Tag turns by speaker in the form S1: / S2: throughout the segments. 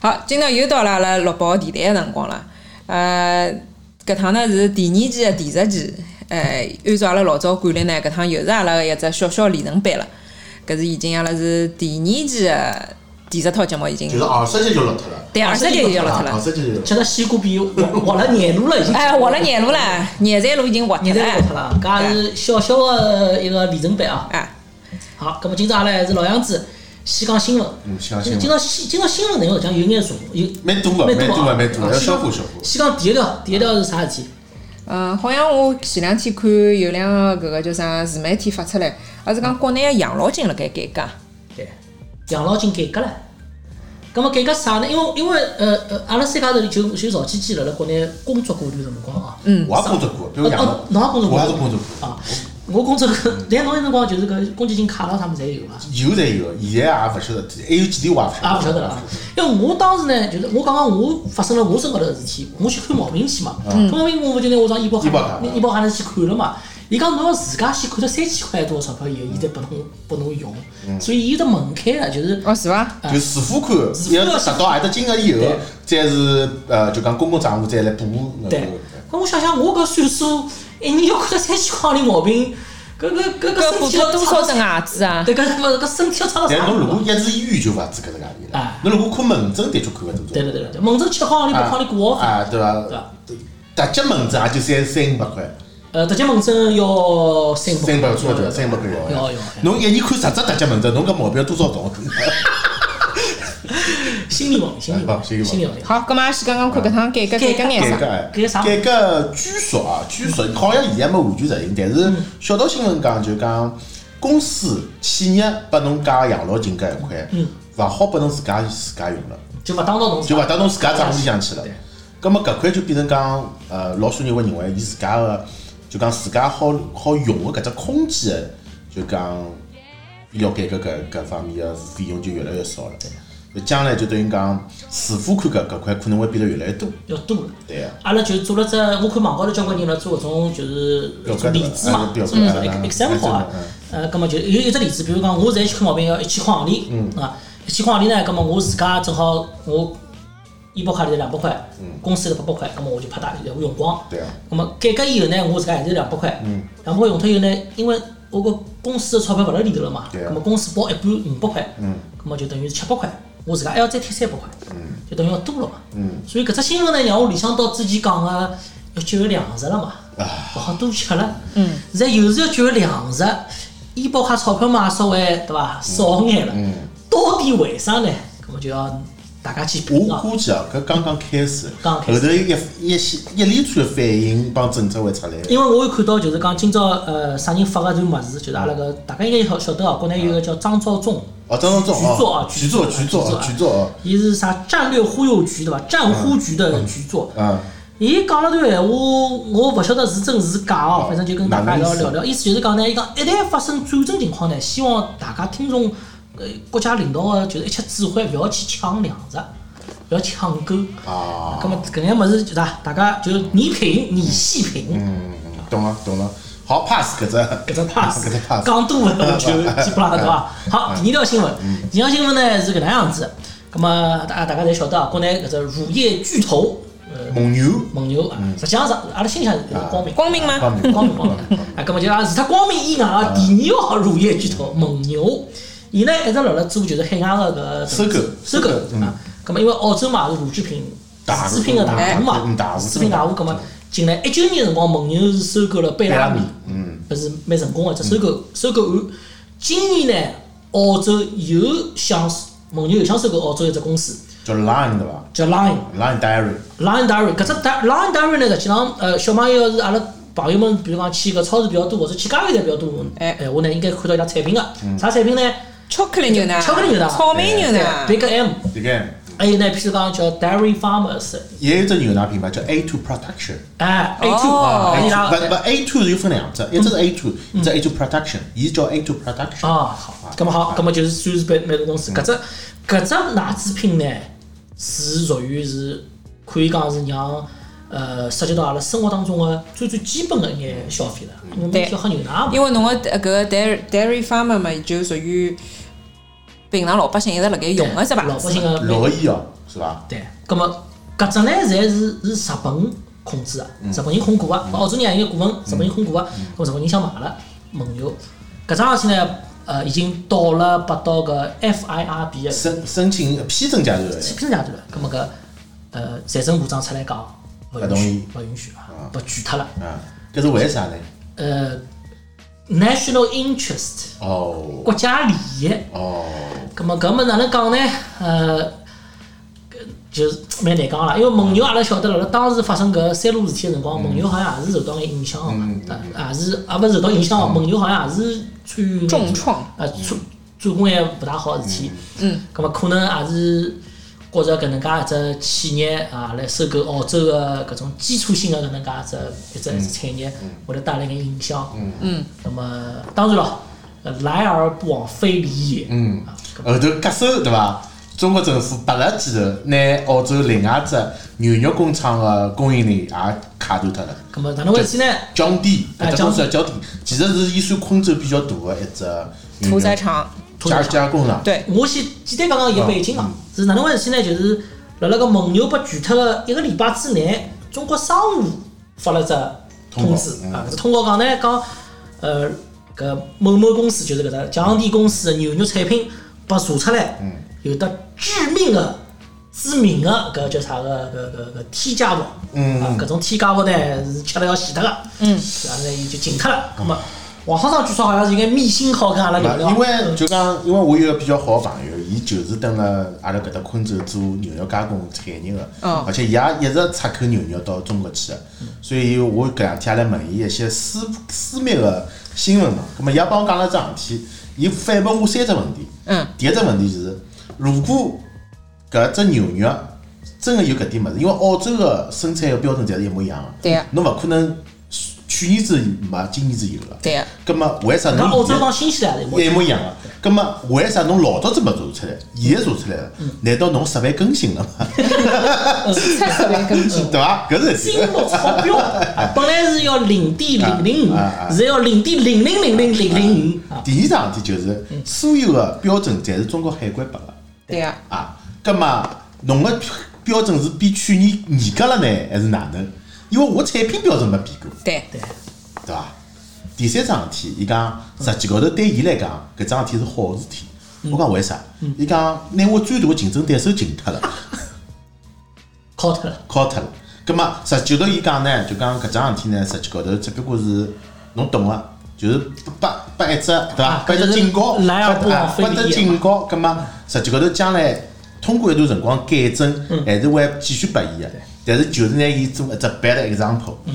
S1: 好，今朝又到了阿拉录播电台个辰光了。呃，搿趟呢是第二季的第十期。呃，按照阿拉老早惯例呢，搿趟又是阿拉个一只小小里程碑了。搿是已经阿拉是第二季的第十套节目已经
S2: 就是二十集就录脱了，啊
S1: 对二十集就要录脱
S2: 二
S1: 了。
S2: 十集就录脱了。
S3: 吃了西瓜皮，活活了眼路了已经。
S1: 哎，活了廿路了，廿三路已经活脱
S3: 眼
S1: 了哎
S3: 在活脱了，搿也是小小的一个里程碑啊。
S1: 啊。
S3: 好，葛末今朝阿拉还是老样子，先讲新闻。
S2: 嗯，相信
S3: 今朝新今朝新闻内容实际上有眼重，有
S2: 蛮多个，
S3: 蛮
S2: 蛮多
S3: 多
S2: 个，
S3: 啊
S2: 蛮多
S3: 啊
S2: 个，要
S3: 先
S2: 消
S3: 讲
S2: 化消化。
S3: 先讲第一条，第一条是啥事体？
S1: 嗯，好像我前两天看有两个搿个叫啥自媒体发出来，也是讲国内个养老金辣盖改革。
S3: 对，养老金改革了。葛末改革啥呢？因为因为呃呃，阿拉三家头就就早期间辣辣国内工作过一段辰光啊。
S1: 嗯
S2: 我也工作过，比如养
S3: 哦，侬也工作过？
S2: 我也是工作过，
S3: 啊。我工作 过，但侬那辰光就是搿公积金卡了，他们侪有啊。
S2: 有侪有，现在也勿晓得，还有几钿我也勿
S3: 也
S2: 晓
S3: 勿晓得了啊。因为我当时呢，就是我刚刚我发生了我身高头个事体，我去看毛病去嘛。
S1: 嗯
S3: 看毛病我勿就拿我张医保
S2: 医保卡
S3: 卡，医保卡呢去看了嘛。伊讲侬要自家先看到三千块多少钞票以后，伊再拨侬拨侬用。
S2: 嗯
S3: 所以伊有得门槛个，就是
S1: 哦，是伐？
S3: 啊
S2: 得，就自付款要达到阿搭金额以后
S3: 对，
S2: 再是呃，就讲公共账户再来补那
S3: 对
S2: 个。。
S3: 搿我想想，我搿岁数一年要看到三千块钿毛病，搿搿搿
S1: 搿
S3: 搿
S1: 补
S3: 身体
S1: 贴
S3: 要
S1: 多少
S3: 差到
S1: 只
S3: 啥？
S1: 牙齿啊？
S3: 对，搿搿搿身体要差到啥
S2: 但
S3: 地
S2: 侬如
S3: 步
S2: 果？一直医院就勿止搿只价钿了
S3: 啊，
S2: 侬如果看门诊的确看勿多。
S3: 对了对了，对门诊七块钿八块钿挂号费。
S2: 啊，对
S3: 对
S2: 伐
S3: 吧？
S2: 特级门诊也就三三五百块，
S3: 呃，特级门诊要三
S2: 三百差勿多，
S3: 要
S2: 三百块
S3: 要
S2: 要
S3: 要。要。
S2: 侬一年看十只特级门诊，侬搿毛病多少重？
S3: 心理毛病，心理毛病，心理毛病。
S1: 好，啊葛末先讲讲看搿趟改革改革眼
S2: 改
S1: 啥？
S2: 革
S3: 改啥
S2: 改革据说啊，据说好像现在没完全实行，但是小道新闻讲就讲公司企业拨侬加养老金搿一块，勿好拨侬自家自家用了，
S3: 就勿当到侬
S2: 就勿到侬自家账户里向去了
S3: 对。
S2: 葛末搿块就变成讲，呃，老许人会认为伊自家个就讲自家好好用个搿只空间个，就讲医疗改革搿搿方面个费用就越来越少了。就将来就等于讲自付款搿搿块可能会变得越来越多，
S3: 要多了。
S2: 对个、
S3: 阿拉就做了只，我看网高头交关人辣做搿种就是做例子嘛，做搿种 example 啊，呃，葛末就有一只例子，比如讲我现在去看毛病要一千块行钿，啊，一千块行钿呢，葛末我自家正好我医保卡里头两百块，公司里头八百块，葛末我就啪嗒就用光。
S2: 对啊，
S3: 那么改革以后呢，我自家还是两百块，
S2: 嗯
S3: 两百块用脱以后呢，因为我个公司的钞票勿辣里头了嘛，
S2: 对嗯啊
S3: 那么公司包一半五百块，那么就等于是七百块，我自家还要再贴三百块，
S2: 嗯
S3: 就等于要多了嘛。所以搿只新闻呢，让我联想到之前讲个要节约粮食了嘛，
S2: 啊
S3: 勿好多吃了。现在又是要节约粮食，医保卡钞票嘛，稍微对伐少眼
S2: 嗯
S3: 了，到底为啥呢？那么就要大家去评
S2: 我
S3: 啊。
S2: 估计啊，搿刚刚开始，
S3: 刚
S2: 后
S3: 刚开
S2: 头
S3: 始
S2: 一一些一连串的反应帮政策会出来。
S3: 因为我有看到，就是讲今朝呃啥人发个段物事，就是阿拉
S2: 嗯
S3: 个大家应该晓晓得哦，国内有一个叫张召忠，
S2: 哦，张张总
S3: 局座
S2: 哦
S3: 啊，
S2: 局座，局
S3: 局
S2: 座，
S3: 座
S2: 局座哦，
S3: 伊是啥战略忽悠局对伐？战忽局的局座，
S2: 嗯，
S3: 伊讲了段闲话，我勿晓得是真是假哦，反正就跟大家一道聊聊。意思就是讲呢，伊讲一旦发生战争情况呢，希望大家听从呃国家领导个就是一切指挥，勿要去抢粮食，勿要抢购。
S2: 啊，
S3: 咁么搿眼物事就是啊大家就你品你细品。
S2: 嗯，懂了懂了，好 pass 搿只，
S3: 搿只 pass，
S2: 搿只 pass
S3: 讲多了我就基本上对伐？啊好，第二条新闻，第二条新闻呢是搿能样子，葛么大大家侪晓得啊，国内搿只乳业巨头，呃，
S2: 蒙牛，
S3: 蒙牛啊，实际上是阿拉心里向有光明，
S1: 光明吗？
S2: 光明
S3: 光明光明啊，葛么就讲除脱光明以外啊，第二号乳业巨头蒙牛，伊呢一直辣辣做就是海外个搿
S2: 收购
S3: 收购
S2: 收购
S3: 啊，葛么因为澳洲嘛是乳制品
S2: 大户
S3: 乳制品个大户
S2: 嗯
S3: 嘛，
S2: 大户
S3: 乳制品大户，葛么近来一九年辰光蒙牛是收购了贝
S2: 贝拉
S3: 拉米
S2: 米。，嗯，
S3: 搿是蛮成功个，只收购收购案。今年呢，澳洲又想蒙牛又想收购澳洲一只公司，
S2: 叫 Line 对伐
S3: 叫 Line
S2: ？Line Diary，
S3: Line Diary。搿只 Di- Line Diary 呢，实际上呃，小朋友要是阿拉朋友们，比如讲去搿超市比较多，或者去咖啡店比较多，
S1: 哎
S3: 闲话呢，应该看到伊拉产品个。啥产品呢
S1: 巧克力牛奶，
S3: 巧克力牛奶
S1: 草莓牛奶，
S3: ？Big M，
S2: 迭个
S3: 还有呢，譬如讲叫 Dairy Farmers，
S2: 也有一只牛奶品牌叫 A Two Production。
S3: 哎，A 啊
S1: 哦
S3: two，伊拉
S2: 勿勿 A two 又分两
S3: 嗯
S2: 只，一只是 A two，一只 A two production，伊叫 A two production。
S3: 啊，好，咁么好，咁么就是算是蛮蛮多公司。搿只搿只奶制品呢，是属于是可以讲是让呃涉及到阿拉生活当中个最最基本个一眼消费了，因为每天要喝牛奶嘛。
S1: 嗯因为侬个搿呃个 dairy dairy farmer 嘛，就属于平常老百姓一直辣盖用个只牌啊
S3: 老百
S1: 子
S3: 姓
S1: 嘛。
S3: 个
S2: 劳伊哦，是伐？
S3: 对，葛么搿只呢，侪是是日本控制的，
S2: 嗯
S3: 日本人控股的，哦澳洲人也有股份，日本人控股的，咁日本人想买了蒙牛，搿桩事体呢，呃，已经到了拨到搿 FIRB 的
S2: 申申请批准阶段了，
S3: 批评阶段了，葛么搿呃财政部长出来讲，勿
S2: 不
S3: 允
S2: 同
S3: 许
S2: 意，
S3: 勿允许啊，拨拒脱了，
S2: 啊，搿是为啥呢？
S3: 呃，national interest
S2: 哦
S3: 国家利益。
S2: 哦，
S3: 咁么搿么哪能讲呢？呃，就是蛮难讲啦，因为蒙牛阿拉晓得了，辣当时发生搿三鹿事体个辰光，蒙牛好像也是受到眼影响个嘛，啊也是也勿是受到影响个，蒙牛好像也是参与
S1: 重创
S3: 啊，做做工也勿大好个事体。嗯。咁么可能也是觉着搿能介一只企业啊，来收购澳洲个搿种基础性个搿能介一只一只一只产业，会得带来眼影响。嗯嗯。那么当然咯，呃来而不往非礼也。嗯。
S2: 后头搿手对伐？中国政府拔了几头，拿澳洲另外一只牛肉工厂的供应链也卡断脱了。
S3: 咁么哪能回事呢？
S2: 江滇，
S1: 啊
S3: 哎
S2: 搿只
S3: 江
S2: 公司叫江滇，其实是伊算昆州比较大的一只牛肉
S1: 屠宰场，
S2: 加加工厂。
S1: 对，
S3: 我先简单讲讲伊个背景啊，是哪能回事呢？就是辣辣个蒙牛被拒脱个一个礼拜之内，中国商务发了只通知
S2: 通告嗯
S3: 啊，搿只通告讲呢讲，呃，搿某某公司就是搿只江滇公司个牛肉产品被查出来，有得致命个。致命个搿叫啥个搿搿搿添加物，啊，搿种添加物呢是吃了要死脱个，嗯，然后呢伊就禁脱了。咁么，网上上据说好像是应该密信号跟阿拉聊聊，
S2: 啊因为就讲，因为我有一个比较好的朋友，伊就是蹲辣阿拉搿搭昆州做牛肉加工产业的，
S1: 哦嗯
S2: 而且伊也一直出口牛肉到中国去的，所以我搿两天也来问伊一些私私密的新闻嘛，葛末伊也帮我讲了一桩事体，伊反驳我三只问题。
S1: 嗯，
S2: 第一只问题就是，如果搿只牛肉真的有搿点物事，因为澳洲的生产的标准侪是一模一样的，
S1: 对啊呀
S2: 侬勿可能去年子没今年子有了，
S1: 对呀啊
S2: 葛末为啥
S3: 那
S2: 侬
S3: 澳洲
S2: 现在
S3: 帮新西兰的，
S2: 一模一样个。葛么为啥侬老早子没做出来，现在做出来了？难道侬设备更新了吗？
S1: 太特别跟进。
S2: 对伐？搿是事
S3: 金
S2: 体。
S3: 额超标，啊本来是要零点零零
S2: 啊啊啊
S3: 五，是要零点零零零零零零五啊。
S2: 第二桩事体就是，所有的标准侪是中国海关拨个
S1: 对呀、
S2: 啊。葛么侬个标准是比去年严格了呢，还是哪能？因为我产品标准没变过，
S1: 对，
S3: 对，
S2: 对伐？第三桩事体，伊讲实际高头对伊来讲，搿桩事体是好事体。我讲为啥？伊讲拿我最大的竞争对手擒脱了。
S3: 靠脱了。
S2: 敲脱了。葛末啊实际高头伊讲呢，就讲搿桩事体呢，实际高头只不过是侬懂个，就是拨拨一只对伐
S3: 啊？
S2: 拨一只
S3: 搿就是
S2: 警告，
S3: 来而
S2: 拨
S3: 不往
S2: 啊
S3: 非
S2: 拨
S3: 礼
S2: 只
S3: 也
S2: 警告。葛末啊实际高头将来通过一段辰光改正，
S3: 嗯
S2: 还是会继续拨伊个。但是就是拿伊做一只 bad example
S3: 嗯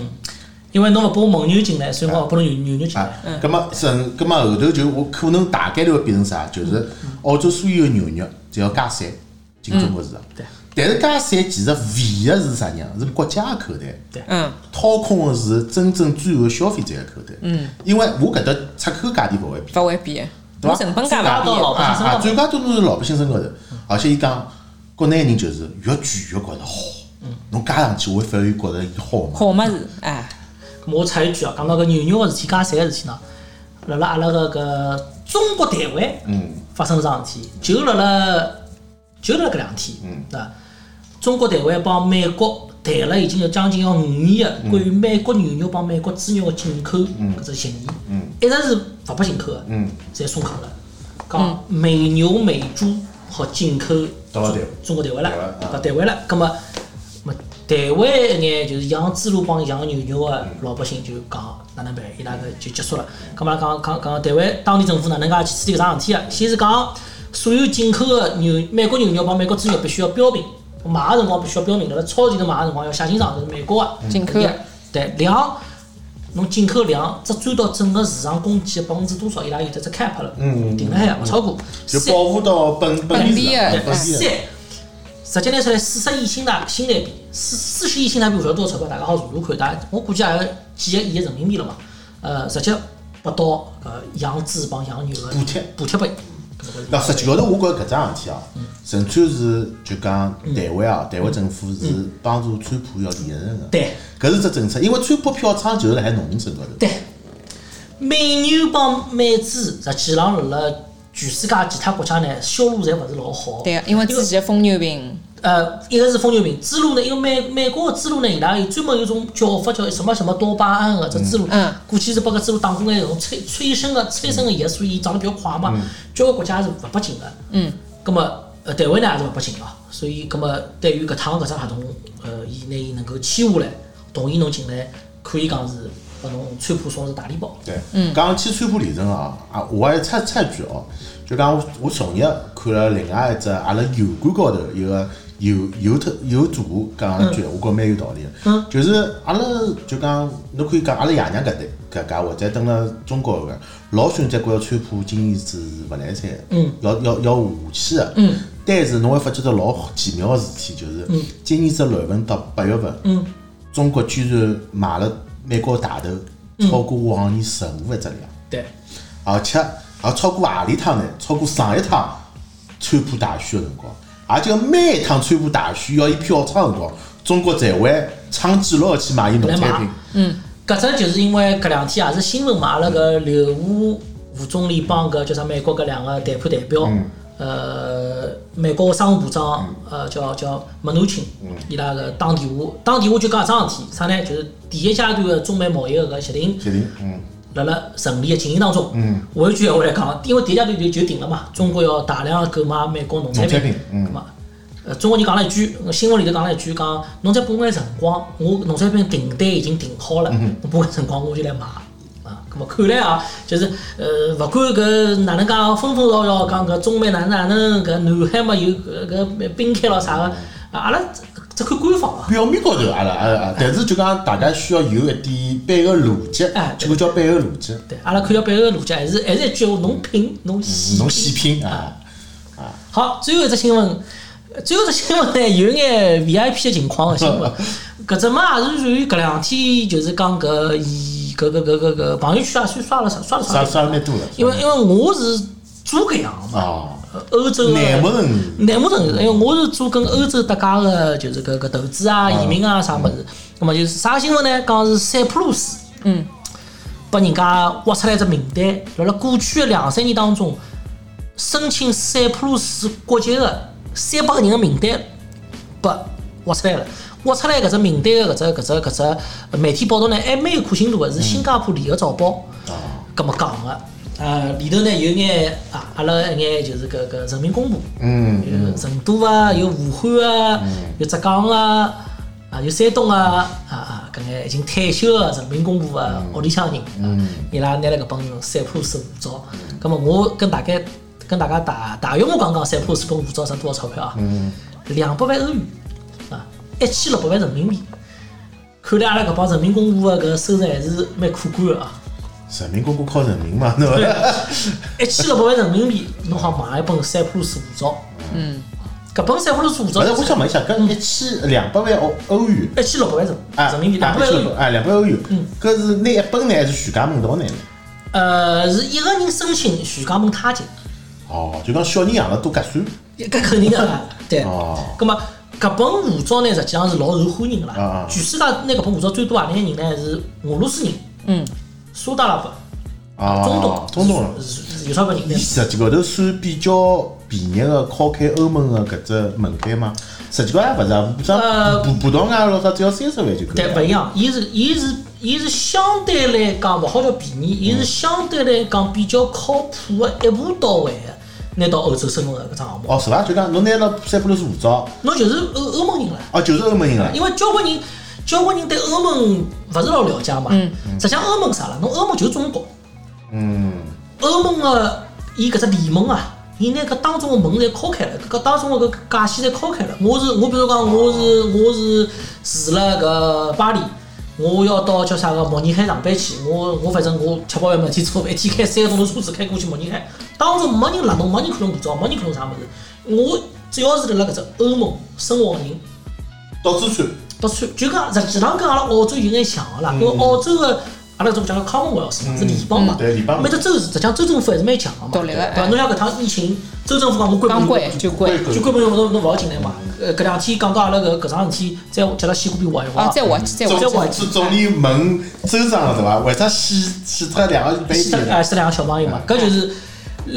S3: 因为侬勿拨蒙牛进来，所以我勿拨侬牛牛进
S2: 啊
S3: 来。，
S2: 葛末成，葛末后头就我可能大概率会变成啥？就是
S3: 嗯
S2: 澳洲所有的牛肉侪要加税进中国市场
S3: 对，
S2: 啊但是加税其实为的是啥样？是国家的口袋。
S1: 嗯，
S2: 掏空的是真正最后消费者的口袋。嗯，因为我搿搭出口价钿勿会比，
S1: 勿会啊变，
S2: 对
S1: 我
S2: 伐？
S1: 成本价
S2: 最
S1: 勿
S3: 到
S1: 变
S3: 老。
S2: 啊
S3: 百姓身
S2: 啊，
S3: 高头嗯
S2: 最高都是老百姓身高头。而且伊讲，国内人就是越贵越觉着好。
S3: 嗯
S2: 侬加上去，我反而觉着伊好嘛。
S1: 好物事，哎，
S3: 咁我插一句啊，讲到搿牛肉个事体、加税个事体呢，辣辣阿拉个搿中国台湾
S2: 嗯，
S3: 发生桩事体，就辣辣就辣搿两天，
S2: 嗯
S3: 啊，中国台湾帮美国谈了已经有将近要五年
S2: 嗯
S3: 个关于美国牛肉帮美国猪肉个进口搿只协议，一直是勿拨进口个，
S2: 嗯
S3: 侪松口了，讲美牛美猪好进口
S2: 到了台湾
S3: 中国台湾
S2: 台湾
S3: 了
S2: 啊，
S3: 到台湾了，葛么。么台湾一眼就是养猪肉帮养牛肉个老百姓就讲哪能办，伊拉个就结束了。咁嘛讲讲讲台湾当地政府哪能介去处理搿桩事体啊？先是讲所有进口个牛美国牛肉帮美国猪肉必须要标明，买个辰光必须要标明，辣辣超市头买个辰光要写清爽，这是美国个
S1: 进口
S3: 一
S1: 的
S3: 对两，侬进口量只占到整个市场供给个百分之多少，伊拉有得只 cap 了，定了海啊勿超过。
S2: 就
S3: 三
S2: 保护到本本地市场
S1: 本地的
S2: 本地
S3: 三
S2: 的。，
S3: 实际拿出来四十亿新台新台币，四四十亿新台币勿晓得多少钞票，大家好查查看。大家我估计也要几个亿人民币了嘛。呃，直接拨到搿养猪帮养牛个
S2: 补贴
S3: 补贴拨伊。
S2: 那实际高头，我觉着搿桩事体啊，
S3: 嗯
S2: 纯粹是就讲台湾啊，台湾政府是帮助川普要连任的。
S3: 嗯
S2: 啊
S3: 对，
S2: 搿是只政策，因为川普票仓就是辣海农民身高头。
S3: 对，美牛帮美猪实际上辣辣全世界其他国家呢销路侪勿是老好。
S1: 啊对，因为之前疯牛病，
S3: 呃，一个是风牛病，猪猡呢，因为美美国的猪猡呢，伊拉有专门有种叫法叫什么什么多巴胺个只猪猡
S1: 嗯，
S3: 过去是把搿猪猡打过来，种催催生个催生个药，所以伊长得比较快嘛。交关国家是勿拨禁个，
S1: 嗯，
S3: 葛末呃，台湾呢也是勿拨禁个，所以葛末对于搿趟搿只合同，呃，伊拿伊能够签下来，同意侬进来，可以讲是拨侬川普送是大礼包。
S2: 对，讲起川普理论啊，啊，我还插插一句哦，就讲我我昨日看了另外一只阿拉油管高头一个油油特油主讲了一句，我觉得蛮有道理的，
S3: 嗯
S2: 就是阿拉就讲，侬可以讲阿拉爷娘搿代搿家或者等了中国搿老许才觉着川普经济是勿来三，
S3: 嗯，
S2: 要要要下去的，嗯，但是侬会发觉到老奇妙个事体，就是今年只六月份到八月份，
S3: 嗯，
S2: 中国居然买了美国大豆超过往年任何一只量，
S3: 对，
S2: 而且也超过何里趟呢？超过上一趟川普大选的辰光，也就每一趟川普大选要伊票仓的辰光，中国才会创纪录地去买伊农产品。
S3: 搿只就是因为搿两天啊也是新闻嘛，阿拉搿刘武副总理帮搿叫啥美国搿两个谈判代表，呃，美国商务部长呃叫叫麦努钦，伊拉搿打电话，打电话就讲一桩事体，啥呢？就是第一阶段的中美贸易个搿协定，
S2: 决定，嗯，
S3: 辣辣顺利的进行当中。换一句闲话来讲，因为第一阶段就就定了嘛，中国要大量啊地购买美国农产
S2: 农产
S3: 品
S2: 品，，嗯
S3: 咁，啊，呃，中国人讲了一句，呃新闻里头讲了一句，讲侬再拨我眼辰光，我农产品订单已经订好
S2: 嗯
S3: 了，侬拨我眼辰光我就来买。啊，咁么看来啊，就是呃，勿管搿哪能讲纷纷扰扰，讲搿中美哪能哪能，搿南海嘛有搿搿冰开咯啥个，啊阿拉只只看官方啊。
S2: 表面高头阿拉啊啊，但是就讲大家需要有一点背后逻辑
S3: 哎，
S2: 这个叫背后逻辑，
S3: 对，阿拉看要背后的逻辑，还是还是一句话，侬品侬细
S2: 侬细品啊。
S3: 好，最后一只新闻，呃最后一只新闻呢，有眼 VIP 的情况的新闻。搿只嘛也是属于搿两天，就是讲搿伊搿搿搿搿搿朋友圈也啊算刷了刷刷了
S2: 啥
S3: 刷了。
S2: 啥蛮多的，
S3: 因为因为我是做搿样的嘛，
S2: 啊，
S3: 呃欧洲的
S2: 难不成
S3: 南木城，因为我是做跟欧洲搭界个，就是搿搿投资啊、移民啊啥物事。那么就是啥新闻呢？讲是塞浦路斯，
S1: 嗯，
S3: 拨人家挖出来一只名单，辣辣过去的两三年当中，申请塞浦路斯国籍的三百个人的名单，拨挖出来了。挖出来搿只名单的搿只搿只搿只媒体报道呢，还蛮有可信度的，是新加坡《联合早报》
S2: 啊，
S3: 搿么讲的。呃，里头呢有眼啊，阿拉一眼就是搿搿人民公布。
S2: 嗯，
S3: 有成都啊，有武汉啊，有浙江啊，啊有山东啊，啊啊，搿眼已经退休的人民公仆啊，屋里向人啊，伊拉拿了搿本塞浦路斯护照，葛末我跟大概跟大家大大约我讲讲塞浦路斯本护照值多少钞票啊？两百万欧元啊，一千六百万人民币。看来阿拉搿帮人民公仆啊的搿收入还是蛮可观的啊！
S2: 人民公公靠人民嘛，对伐？
S3: 一千六百万人民币，侬好买一本塞浦路斯护照。
S1: 嗯，
S3: 搿本塞浦路斯护照
S2: 勿是，我想问一下，搿一千两百万欧欧元，
S3: 一千六百万人
S2: 啊，
S3: 嗯人民币，两百万人民币。
S2: 啊，两百欧元
S3: 嗯，
S2: 搿是拿一本呢，还是全家门道呢？
S3: 呃，是一个人申请全家门他进，
S2: 哦，就讲小人养了多合算，
S3: 搿肯定个啦。对。
S2: 哦，
S3: 葛么搿本护照呢，实际上是老受欢迎个
S2: 啊
S3: 啦
S2: 啊。
S3: 全世界拿搿本护照最多啊，那个人呢是俄罗斯人，
S1: 嗯，
S3: 苏达拉伯，中
S2: 哦
S3: 东，，嗯
S2: 中东人，
S3: 是是有钞票人
S2: 伊
S3: 对。
S2: 实际高头算比较便宜个，靠开欧盟个搿只门槛嘛，实际高也勿是啊，像
S3: 呃
S2: 葡葡萄牙咯啥，只要三十万就够
S3: 对，
S2: 了，
S3: 勿一样，伊是伊是伊是相对来讲勿好叫便宜，伊是相对来讲比较靠谱个一步到位个拿到欧洲身份个搿只项目。
S2: 哦，是伐？就讲侬拿了塞浦路斯护照，
S3: 侬就是欧欧盟人了。
S2: 哦，就是欧盟人了，
S3: 因为交关人，交关人对欧盟勿是老了解嘛。实际上欧盟啥啦？侬欧盟就是中国，
S2: 嗯。
S3: 欧盟个伊搿只联盟啊，伊拿搿当中个门侪敲开了，搿当中个搿界限侪敲开了。我是我，比如讲我是我是住辣搿巴黎。我要到叫啥个慕尼黑上班去，我我反正我七八万每天车，一天开三个钟头车子开过去慕尼黑，当中没人拦侬，没人看侬护照，没人看侬啥物事。我只要是辣辣搿只欧盟生活个人，
S2: 到处穿，
S3: 不算，就讲实际上跟阿拉澳洲有眼像个啦，
S1: 嗯
S3: 因为澳洲个阿拉总讲个 Commonwealth 嘛，是联邦嘛
S2: 嗯，对联邦
S3: 每只州是实际上州政府还是蛮强个嘛，
S1: 独立
S3: 对
S1: 的
S3: 伐？侬像搿趟疫情，州政府讲我关
S1: 刚
S3: 门，
S1: 关就关，
S2: 关
S3: 就关门侬侬勿好进来嘛。呃，搿两天讲到阿拉搿搿桩事体，再叫拉西瓜皮挖一挖
S1: 哦，，再滑去，再
S2: 总
S1: 滑
S3: 再
S1: 去，
S3: 回去
S2: 总总理问州长了对伐？为啥死死脱两个
S3: 死
S2: 背
S3: 脱
S2: 景
S3: 哎呃
S2: 嗯
S3: 啊死脱两个小朋友嘛，搿就是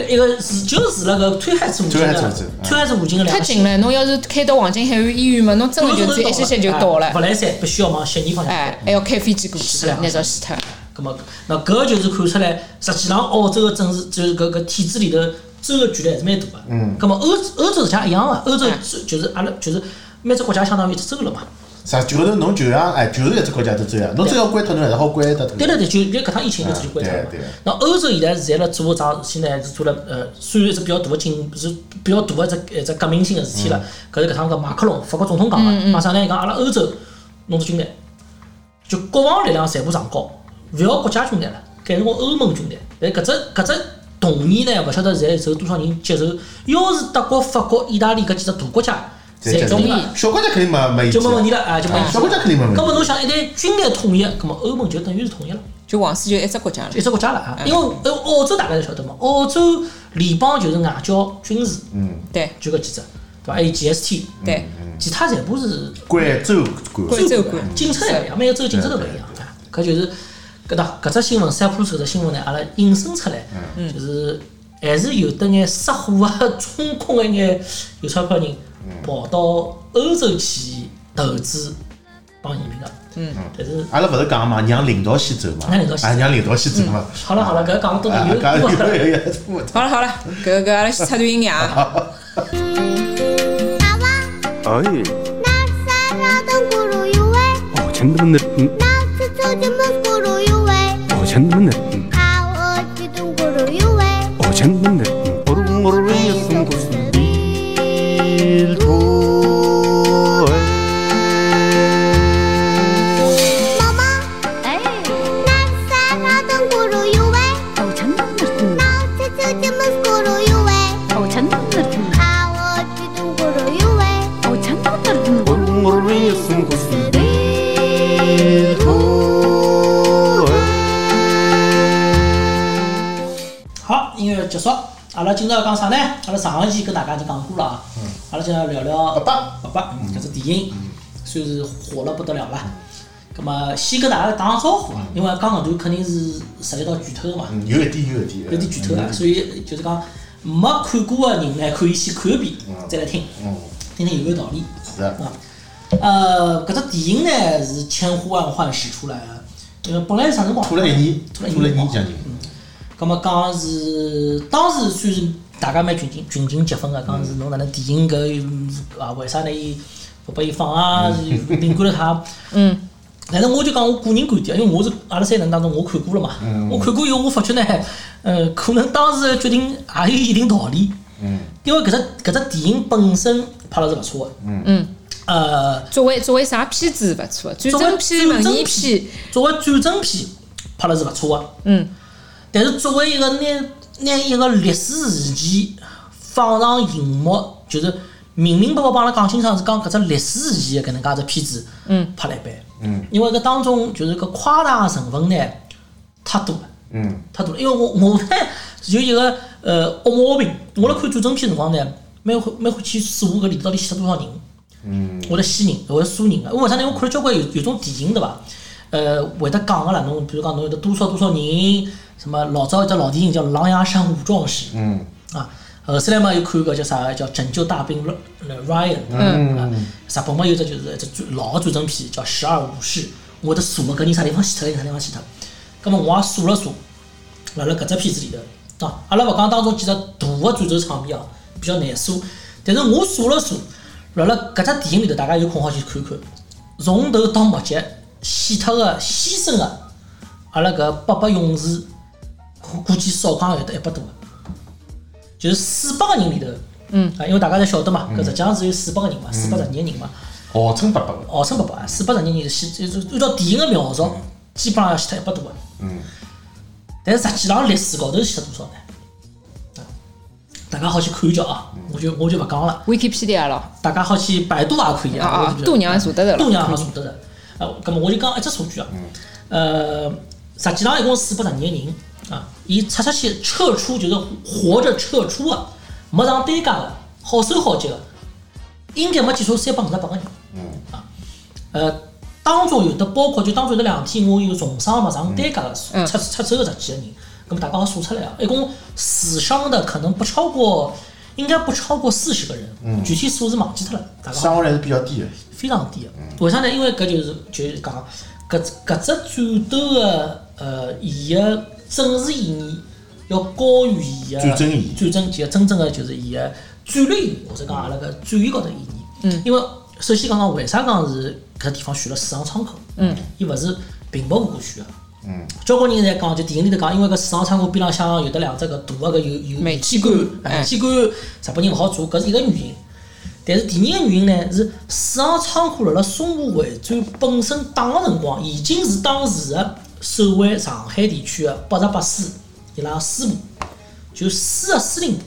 S3: 一个是就住辣搿川海子附近
S2: 川海
S3: 个
S2: 子附近嗯，
S3: 川海子附近个两
S1: 太
S3: 个
S1: 近了，侬要是开到黄金海岸医院嘛，侬真的就只有一歇歇就到
S3: 哎勿
S1: 了，
S3: 来三必须要往悉尼方向。
S1: 哎，还要开飞机过
S3: 是啊
S1: 去，
S3: 两个
S1: 拿着死脱。
S3: 咁么，那搿就是看出来，实际上澳洲个政治就是搿搿体制里头州个距离还是蛮大个。嗯。咁么欧欧洲实际上一样个，欧洲
S1: 哎
S3: 就就是阿拉就是每只国家相当于一只州了嘛。
S2: 啥？就头侬就像哎，就是一只国家都这样，侬只要关脱侬还是好关得脱。
S3: 对了对，就就搿趟疫情就直接关掉了
S2: 嗯
S3: 嘛
S2: 对对。
S3: 那欧洲现在现在辣做桩事体呢，是做了呃，虽然是比较大个进，是比较大个一只一只革命性个事体了。搿是搿趟搿马克龙法国总统讲个，讲啥呢？讲阿拉欧洲弄支军队，就国防力量全部上高，勿要国家军队了，改成欧盟军队。但搿只搿只同意呢，勿晓得现在有多少人接受。要是德国、法国、意大利搿几只大国家侪同意了，
S2: 小国家肯定没没意
S3: 就
S2: 见
S3: 没问题了啊，就没意
S2: 小
S3: 见
S2: 国家
S3: 了。
S2: 肯定没问
S3: 咁么
S2: 题。
S3: 侬想，一旦军队统一，咁么欧盟就等于是统一了。
S1: 就王室就一只国家了
S3: 就一，只国家了啊，
S2: 哎
S3: 因为呃澳洲大家都晓得嘛，澳洲联邦就是外交、军事，
S2: 嗯
S1: 对
S3: 就搿几只，对伐？还有 GST，
S1: 对，
S3: 其他全部是
S2: 关州管。
S1: 贵州
S3: 管
S1: 管，
S3: 警察也勿一样，每个州警察都勿一样啊。搿就是搿搭搿只新闻，塞浦路斯搿只新闻呢，阿拉引申出来，
S2: 嗯
S3: 就是还是有得眼撒火啊、充公个眼有钞票人
S2: 嗯
S3: 跑到欧洲去投资帮移民个，嗯，但是
S2: 阿拉勿是讲嘛，让领导先走嘛，
S3: 让领导先走
S2: 啊，让领导先走嘛。
S3: 好了好了，搿讲了到
S2: 啊
S3: 底有
S2: 讲
S3: 有
S2: 有
S3: 勿
S2: 有有有，
S1: 好了好了，搿搿阿拉先插段音乐啊，
S4: 어이,
S5: 날 사랑하던 고로요 왜
S4: 어, 젠더분들, 음,
S5: 날 찢어지면 고로요 왜
S4: 어, 젠더분들, 음,
S5: 아워지던 고로요 왜
S4: 어, 젠더분들, 음, 오르르르 예쁜 곳은 일도에
S5: 뭐뭐 날 사랑하던 고로요 왜 날 찢어지면 고로요 왜 아워지던 고로요 왜
S4: 오르르르 예쁜 곳은 일도에
S3: 好，音乐结束。阿拉今朝要讲啥呢？阿拉上一期跟大家已经讲过了啊。阿拉今朝聊聊
S2: 嗯爸爸嗯
S3: 爸爸搿只电影，算是火了不得了了。葛么先跟大家打个招呼啊，因为讲搿段肯定是涉及到剧透的嘛，
S2: 嗯有一点有一点。
S3: 有点剧透啊，所以就是讲没看过的人呢，可以先看一遍再来听，
S2: 嗯，
S3: 听听有没有道理。
S2: 是的。
S3: 啊，呃，搿只电影呢是千呼万唤始出来啊，因为本来是啥辰光？啊
S2: 拖了一年，
S3: 拖了一
S2: 拖了一
S3: 年
S2: 年将近。
S3: 咁么讲是当时算是大家蛮群情群情激愤个，讲是侬哪能电影搿嗯啊为啥呢？伊勿拨伊放啊，是敏感了他。
S1: 嗯。
S3: 但是我就讲我个人观点，因为我是阿拉三人当中我看过了嘛，
S1: 嗯
S3: 我看过以后我发觉呢，呃，可能当时的决定也有一定道理。
S2: 嗯。
S3: 因为搿只搿只电影本身拍了是勿错个。嗯。
S1: 嗯。
S3: 呃，
S1: 作为作为啥片子勿错，战
S3: 作为
S1: 争片、文
S3: 战
S1: 艺
S3: 争
S1: 片，
S3: 作为战争片拍了是勿错个。啊
S1: 嗯，
S3: 但是作为一个拿拿一个历史事件放上荧幕，就是明明白白帮阿拉讲清爽是讲搿只历史事件的搿能介只片子，嗯，拍了一般，嗯，因为搿当中就是搿夸大的成分呢太多了，
S2: 嗯，
S3: 太多了，因为我我呢有一个呃恶毛病，我辣看战争片辰光呢，蛮欢蛮欢喜数搿里头到底死了多少人。我得死人，我得数人个。因为为啥呢？我看了交关有有种电影对伐？呃，会得讲个啦。侬比如讲，侬有得多少多少人，什么老早有只老电影叫《狼牙山五壮士》。嗯。啊，后头来嘛又看个叫啥叫《拯救大兵 Ry- Ryan》。嗯。啊，日本嘛有只就是一只最老个战争片叫《十二武士》，我得数个搿人啥地方死脱，搿人啥地方死脱。葛末我也数了数，辣辣搿只片子里头，啊，阿拉勿讲当中几只大个战斗场面啊，比较难数，但是我数了数，辣辣搿只电影里头，大家有空好去看看，从头到末节，死脱个、牺牲个，阿拉搿八百勇士，估估计少讲有得一百多个，就是四百个人里头，嗯，啊，因为大家侪晓得嘛，搿实际上是有四百个人嘛，四百十二个人嘛，
S2: 号称八百个，
S3: 号称八百，啊四百十二人死，就是按照电影个描述，基本上死脱一百多个。嗯。但是实际上历史高头死脱多少呢？啊大家好去看一瞧啊！我就我就勿讲了，
S1: ，Wikipedia 咯，
S3: 大家好去百度也可以
S1: 啊啊
S3: 我就，
S1: 度娘也查得着了，嗯
S3: 度娘也查得着。啊，咁么我就讲一只数据啊，呃，实际上一共四百十二个人啊，伊撤出去撤出就是活着撤出啊，没上担架的，好手好脚的，应该没记错三百五十八个人。嗯啊，呃，当中有的包括就当中有的两天我有重伤嘛，上担架的，
S1: 嗯
S3: 出出手的十几个人，那么大家好数出来啊，一共死伤的可能不超过，应该不超过四十个
S1: 嗯
S3: 人，具体数字忘记脱了，大家好
S2: 伤亡率还是比较低的。
S3: 非常低的。为啥呢？因为搿就是就是讲搿搿只战斗的呃，伊个政治意义要高于伊个
S2: 战争意义
S3: 战争其实真正的就是伊个战略意义，或者讲阿拉个战役高头意义。嗯，因为首先讲讲为啥讲是搿地方选了市场窗口？嗯，伊勿是平白无故选个。嗯，交关人在讲，就电影里头讲，因为搿市场窗口边浪向有得两只搿大个搿有有
S1: 煤
S3: 气
S1: 气
S3: 罐
S1: 罐，
S3: 哎，
S1: 哎
S3: 气罐日本人勿好做，搿是一个原因。但是第二个原因呢，是市场仓库辣辣淞沪会战本身打个辰光，已经是当时啊的守卫上海地区的八十八师伊拉师部，就师的司令部。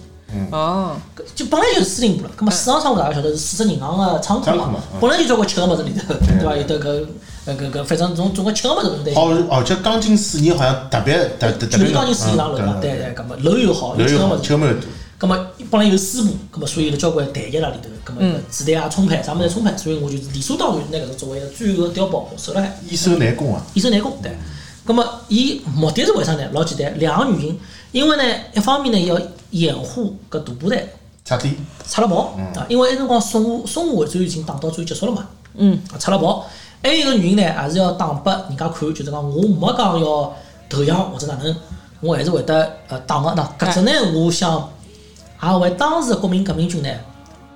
S1: 哦，
S3: 搿就本来就是司令部了，葛末市场仓库大家晓得是四十银行个仓库
S2: 仓库
S3: 嘛
S2: 嘛嗯，
S3: 本来就交关吃个物事里头，对伐？有得搿呃搿搿，反正总总归吃个物事搿种
S2: 哦，而且钢筋水泥好像特别特特特
S3: 就
S2: 别
S3: 是当年是伊拉楼嘛，
S2: 嗯
S3: 对对，葛末楼又好，又
S2: 留
S3: 吃
S2: 有
S3: 个物
S2: 好，
S3: 事
S2: 吃。没有多。
S3: 咁么本来有私募，咁啊么所以有交关弹药辣里头，咁么子弹啊充沛，啥物事充沛，所以我就理所当然拿搿个作为一个最后的碉堡守辣海，
S2: 易守难攻啊，
S3: 易守难攻，对。咁么伊目的是为啥呢？老简单，两个原因，因为呢，一方面呢要掩护搿大部队
S2: 差点。
S3: 拆了跑啊，因为埃辰光淞沪淞沪会战已经打到最后结束了嘛，嗯，拆了跑。还有一个原因呢，也是要打拨人家看，就是讲我没讲要投降或者哪能，我还是会得呃打个。那搿只呢，我想也为当时的国民革命军呢，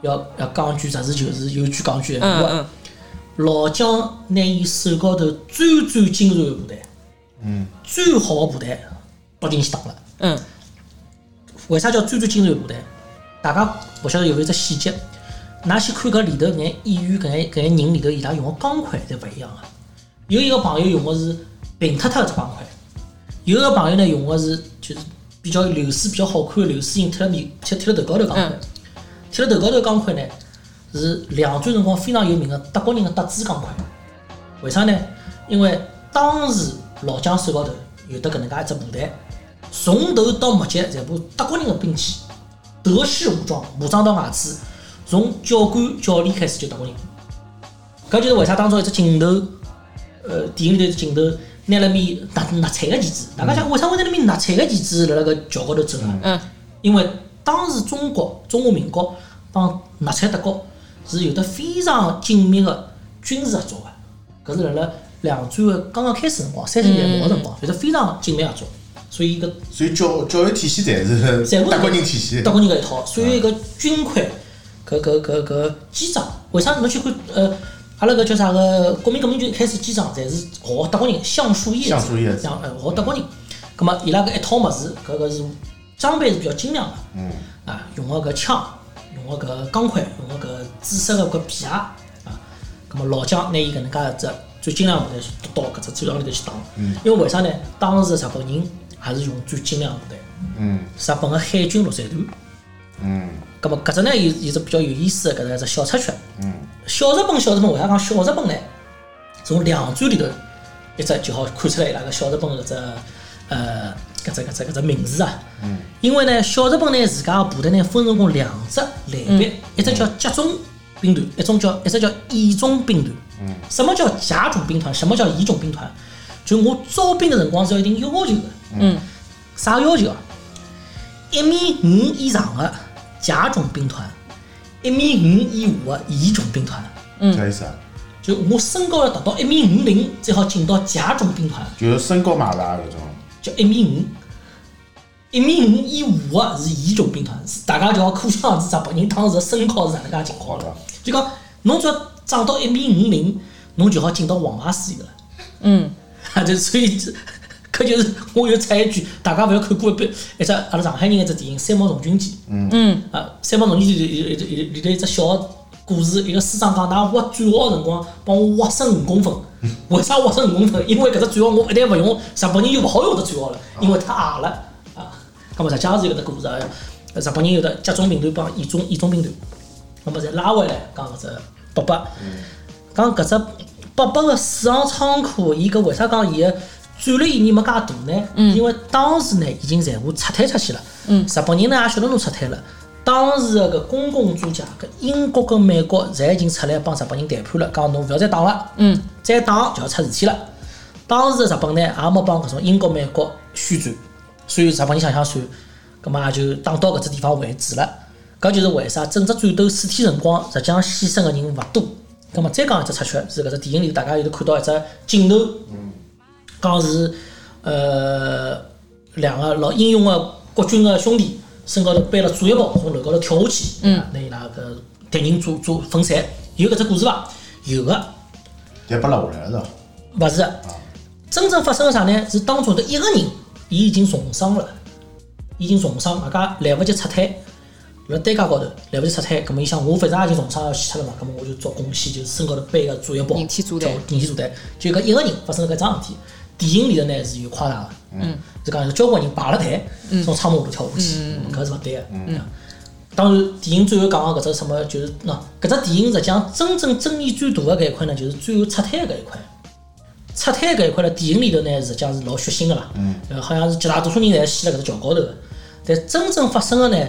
S3: 要要讲一句实事求是，有一句讲一句闲
S1: 嗯
S3: 话，
S1: 嗯，
S3: 老蒋拿伊手高头最最精锐的部队，嗯，最好的部队拨进去打了。
S1: 嗯，
S3: 为啥叫最最精锐部队？大家勿晓得有没有一只细节？㑚去看搿里头搿眼演员搿眼搿眼人里头，伊拉用个钢盔侪勿一样个。啊有一个朋友用个是平塌塌个只钢盔，有一个朋友呢用个是就是比较流水比较好看个流水型贴辣面贴贴辣头高头钢盔
S1: 嗯，
S3: 贴辣头高头钢盔呢是两战辰光非常有名个德国人个德资钢盔。为啥呢？因为当时老蒋手高头有得搿能介一只部队，从头到末节全部德国人的兵器，德式武装，武装到外子，从教官、教练开始就德国人。搿就是为啥当中一只镜头，呃，电影里头一只镜头拿了面纳纳粹个旗帜，大家想为啥会拿了面纳粹个旗帜辣辣搿桥高头走啊？
S1: 嗯，
S3: 因为当时中国中华民国帮纳粹德国是有得非常紧密个军事合作个，搿是辣辣两战个刚刚开始辰光，三十年代末个辰光，
S2: 嗯
S3: 有得非常紧密合作，所以搿
S2: 所以教教育体系侪是
S3: 全部
S2: 德国人体系
S3: 德。国人搿一套，所以搿军盔，搿搿搿搿机长，为啥侬去看呃，阿拉搿叫啥个国民革命军一开始机长侪是学德国人橡树叶子，
S2: 橡树叶子
S3: 像呃学德国人，葛末伊拉搿一套物事，搿个是装备是比较精良个，嗯，啊，用个搿枪，用个搿钢盔，用个搿紫色个搿皮鞋，啊，葛末老蒋拿伊搿能介一只最精良的部队到搿只战场里头去打，嗯，因为为啥呢？当时日本人也是用最精良的部队。日本个海军陆战队。
S2: 嗯，
S3: 咁么搿只呢有有只比较有意思个搿能一只小插曲。嗯，小日本小日本为啥讲小日本呢？从两战里头一只就好看出来伊拉个小日本搿只呃搿只搿只搿只名字啊。嗯，因为呢小日本呢自家个部队呢分成功两只类别，一只叫甲种兵团，一种叫一只叫乙种兵团。嗯，什么叫甲种兵团？什么叫乙种兵团？就我招兵的辰光是有一定要求个。
S1: 嗯，
S3: 啥要求啊？一米五以上的甲种兵团，一米五以下的乙种兵团。
S2: 啥意思啊？
S3: 就我身高要达到一米五零，才好进到甲种兵团，
S2: 就是身高马大搿种。
S3: 叫一米五。一米五以下的是乙种兵团，是大家就要可想而知，日本人当时的身高是哪能介情况了
S2: 好的。
S3: 就讲，侬只要长到一米五零，侬就好进到黄牌水里头了。
S1: 嗯，
S3: 啊，就所以这，搿就是我又插一句，大家勿要看过一遍一只阿拉上海人一只电影《三毛从军记》。
S1: 嗯，
S3: 啊，三毛从军记里头有有有里头一只小的故事，一个师长讲，㑚挖转号的辰光帮我挖深五公分。为啥挖深五公分？因为搿只转号我一旦勿用，日本人就勿好用搿只转号了，因为太矮了啊。咁么实际上是有搿只故事啊，日本人有得甲种兵团帮乙种乙种兵团。咁么再拉回来讲搿只八八，讲搿只八八个市场仓库，伊搿为啥讲伊个战略意义没介大呢？因为当时呢已经全部撤退出去了，日本人呢也晓得侬撤退了。当时的搿公共租界，搿英国跟美国侪已经出来帮日本人谈判了，讲侬勿要再打了，
S1: 嗯，
S3: 再打就要出事体了。当时的日本呢也没帮搿种英国、美国宣战，所以日本人想想算，葛末也就打到搿只地方为止了。搿就是为啥整只战斗四天辰光，实际上牺牲个人勿多。葛末再讲一只插曲，是搿只电影里头大家有头看到一只镜头，讲是呃两个老英勇个国军个兄弟，身高头背了炸药包从楼高头跳下去，嗯，拿伊拉搿敌人做做粉碎，有搿只故事伐？有个。
S2: 但被拉下来了是吧？
S3: 勿是，真正发生个啥呢？是当中的一个人，伊已经重伤了，已经重伤，大家来勿及撤退，辣担架高头来勿及撤退，葛末伊想我反正也已经重伤要死脱了嘛，葛末我就照拱西，就身高头背个炸药包，
S1: 人体炸弹
S3: 照人体炸弹，就搿一个人发生了搿桩事体。电影里头呢是有夸大的，嗯，是讲有交关人排了队从窗户下头跳下去，搿是勿对个，嗯。当然，电影最后讲个搿只什么，就是喏，搿只电影实际上真正争议最大的搿一块呢，就是最后撤退的搿一块。撤退搿一块呢，电影里头呢，实际上是老血腥个啦，呃，好像是绝大多数人侪死辣搿只桥高头个，但真正发生个呢，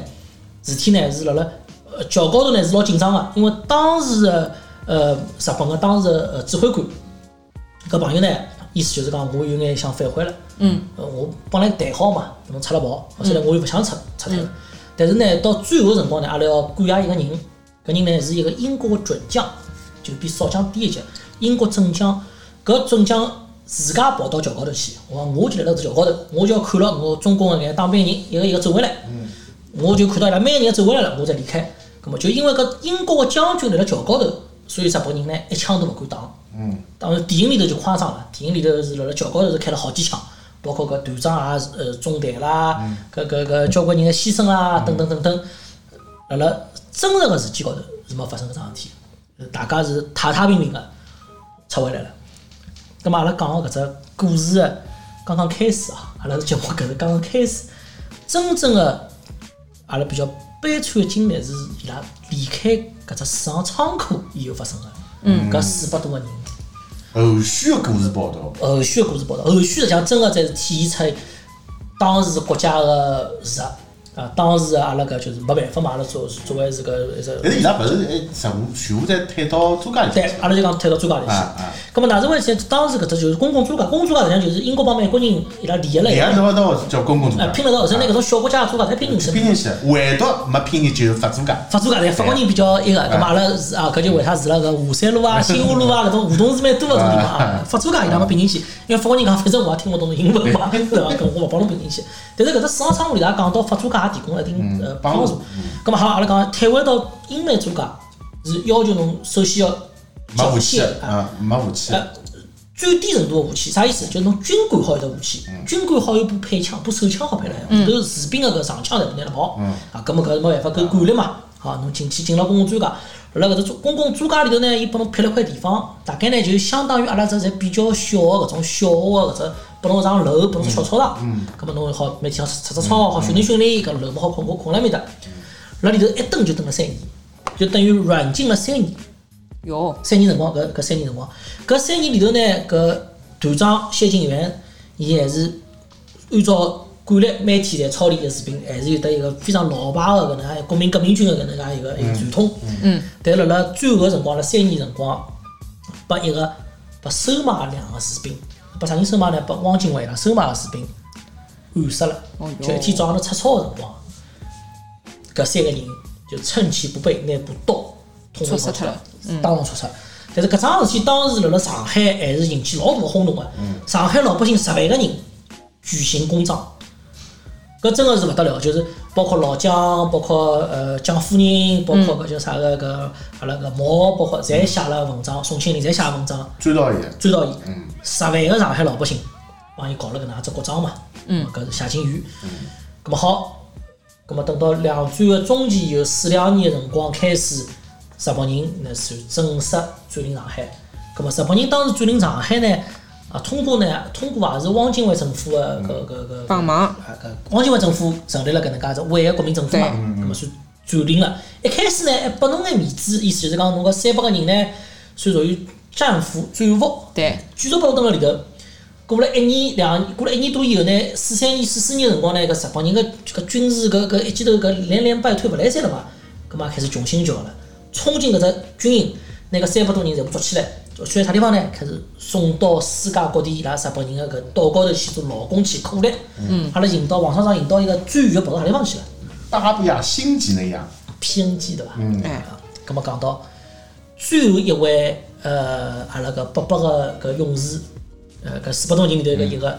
S3: 事体呢是辣辣呃桥高头呢是老紧张个，因为当时的呃日本个当时的呃指挥官搿朋友呢，意思就是讲我有眼想反悔了，嗯，我帮侬谈好嘛，侬出来跑，后来我又勿想出出来了，但是呢，到最后辰光呢，阿拉要感谢一个人，搿人呢是一个英国个准将，就比少将低一级，英国准将，搿准将。自家跑到桥高头去，我讲我就来到这桥高头，我就要看牢我中共个眼当兵人一个一个走回来，我就看到伊拉每个人走回来了，我再离开。葛么就因为搿英国个将军辣辣桥高头，所以日本人呢一枪都勿敢打。
S2: 嗯，
S3: 当然电影里头就夸张了，电影里头是辣辣桥高头是开了好几枪，包括搿团长也是呃中弹啦，搿搿搿交关人的牺牲啦，等等等等，辣辣真实个事体高头是没发生搿桩事体，呃大家是太太平平个出回来了。咁嘛，阿拉讲个搿只故事啊刚刚开始啊，阿拉节目搿是刚刚开始，真正的阿拉比较悲惨的经历是伊拉离开搿只市场仓库以后发生的，嗯，搿四百多个人。
S2: 后续的故事报道，
S3: 后续的故事报道，后续实际上真个才是体现出当时国家的事实啊，当时的阿拉搿就是没办法嘛，阿拉作作为是个一
S2: 但是伊
S3: 只，
S2: 拉勿是哎，全部全部在推到中间里
S3: 对
S2: 去，
S3: 阿拉就讲推到专家里
S2: 啊
S3: 去。
S2: 啊，
S3: 咁么哪能回事？当时搿只就是公共专家，公共专家实际上就是英国帮美国人伊拉联合了一
S2: 两
S3: 个
S2: 个，侬到叫公共中
S3: 哎
S2: 间，
S3: 拼了到后头拿搿种小国家的专家侪拼进去了
S2: 啊拼。进去，唯独没拼进去就是法租界，
S3: 法租界对，法国人比较埃个，咁嘛阿拉是啊，搿就为啥是辣搿华山路啊、新华路啊搿种胡同是蛮多搿种地方啊。法租界伊拉没拼进去，因为法国人讲反正我也听勿懂英文嘛， 对伐？搿我勿帮侬拼进去。但是搿只市场仓库里拉讲到法租界也提供了一定呃帮助。咁嘛好，阿拉讲退回到英美租界是要求侬首先要
S2: 没武
S3: 缴
S2: 器
S3: 械
S2: 的啊，没武器的，
S3: 呃，最低程度的武器，啥意思？就是侬军官好有得武器，军官好有部配枪，部手枪好配来用，都是士兵个搿长枪侪能拿得跑。啊，搿么搿是没办法，搿管理嘛。好，侬进去进了公共租界，辣搿只公共租界里头呢，伊帮侬辟了块地方，大概呢就相当于阿拉只侪比较小个搿种小个搿只，拨侬上楼，拨侬只小操场。嗯。搿么侬好每天好出出操，好训练训练，搿楼么好困困困辣埃面搭，辣里头一蹲就蹲了三年，就等于软禁了三年。
S1: 哟，
S3: 三年辰光，搿搿三年辰光，搿三年里头呢，搿团长谢晋元，伊还是按照惯例每天侪操练个士兵，还是有得一个非常老牌个搿能介国民革命军个搿能介一个一个传统。嗯。但辣辣最后个辰光，辣三年辰光，拨一个拨收买两个士兵，拨啥人收买呢？拨汪精卫啦，收买个士兵暗杀了
S1: 哦。哟
S3: 就一天早上头出操个辰光，搿三个人就趁其不备，拿把刀捅
S1: 戳
S3: 了
S1: 死脱
S3: 跑出
S1: 了嗯
S3: 来。当场出事。但是搿桩事体当时辣辣上海还是引起老大个轰动个，上海老百姓十万个人举行公葬，搿真个是勿得了，就是包括老蒋，包括呃蒋夫人，包
S1: 嗯
S3: 括搿叫啥个搿阿拉搿毛，包括侪写了文章，宋庆龄侪写了文章，
S2: 追到伊，
S3: 追到伊，十万个上海老百姓帮伊搞了搿能介只国葬嘛，嗯，搿是谢金鱼，咁么好，咁么等到两战个中期以后，四两年个辰光开始，日本人那是正式占领上海，咁么日本人当时占领上海呢，啊，通过呢，通过也是汪精卫政府个搿搿搿
S1: 帮忙，
S3: 啊，搿汪精卫政府成立了搿能介只伟个国民政府嘛，咁么算占领了。一开始呢，还拨侬眼面子，意思就是讲侬搿三百个人呢，算属于战俘、战俘，
S1: 对，
S3: 继续拨侬蹲辣里头。过了一年两年，过了一年多以后呢，四三年、四四年辰光呢，搿日本人搿搿军事搿搿一记头搿连连败退勿来三了嘛，葛末开始穷心叫了，冲进搿只军营，拿搿三百多人全部抓起来，抓起来啥地方呢？开始送到世界各地伊拉日本人个搿岛高头去做劳工去苦力。嗯，阿拉引到王厂长引到一个最远跑到啥地方去了？
S2: 大不亚星级那样，
S3: 偏激对伐？
S1: 哎，
S3: 咁啊么讲到最后一位呃，阿拉搿八百个搿勇士，呃，搿四百多人里头搿一个，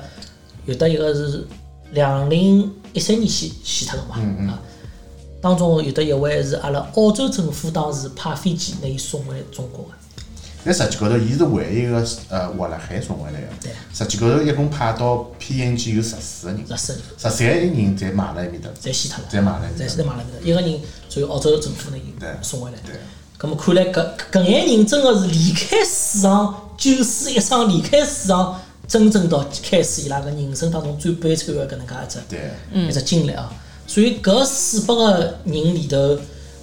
S3: 有的一个是两零一三年死死脱个嘛，啊，当中有的一位是阿拉澳洲政府当时派飞机拿伊送回中国个，
S2: 但实际高头，伊是唯一一个呃活辣海送回来个
S3: 对。
S2: 实际高头一共派到 PNG 有十四个人，
S3: 十四人
S2: 十三个人侪埋辣埃面搭，
S3: 侪死脱了，
S2: 侪埋辣埃
S3: 侪
S2: 面
S3: 死
S2: 搭。
S3: 脱马来面，一个人最后澳洲政府拿伊
S2: 对
S3: 送回来。
S2: 对，
S3: 咁么看来搿搿眼人真个是离开市场，九死一生离开市场，真正到开始伊拉搿人生当中最悲惨个搿能介一只
S2: 对，
S3: 一只经历啊。所以搿四百个人里头，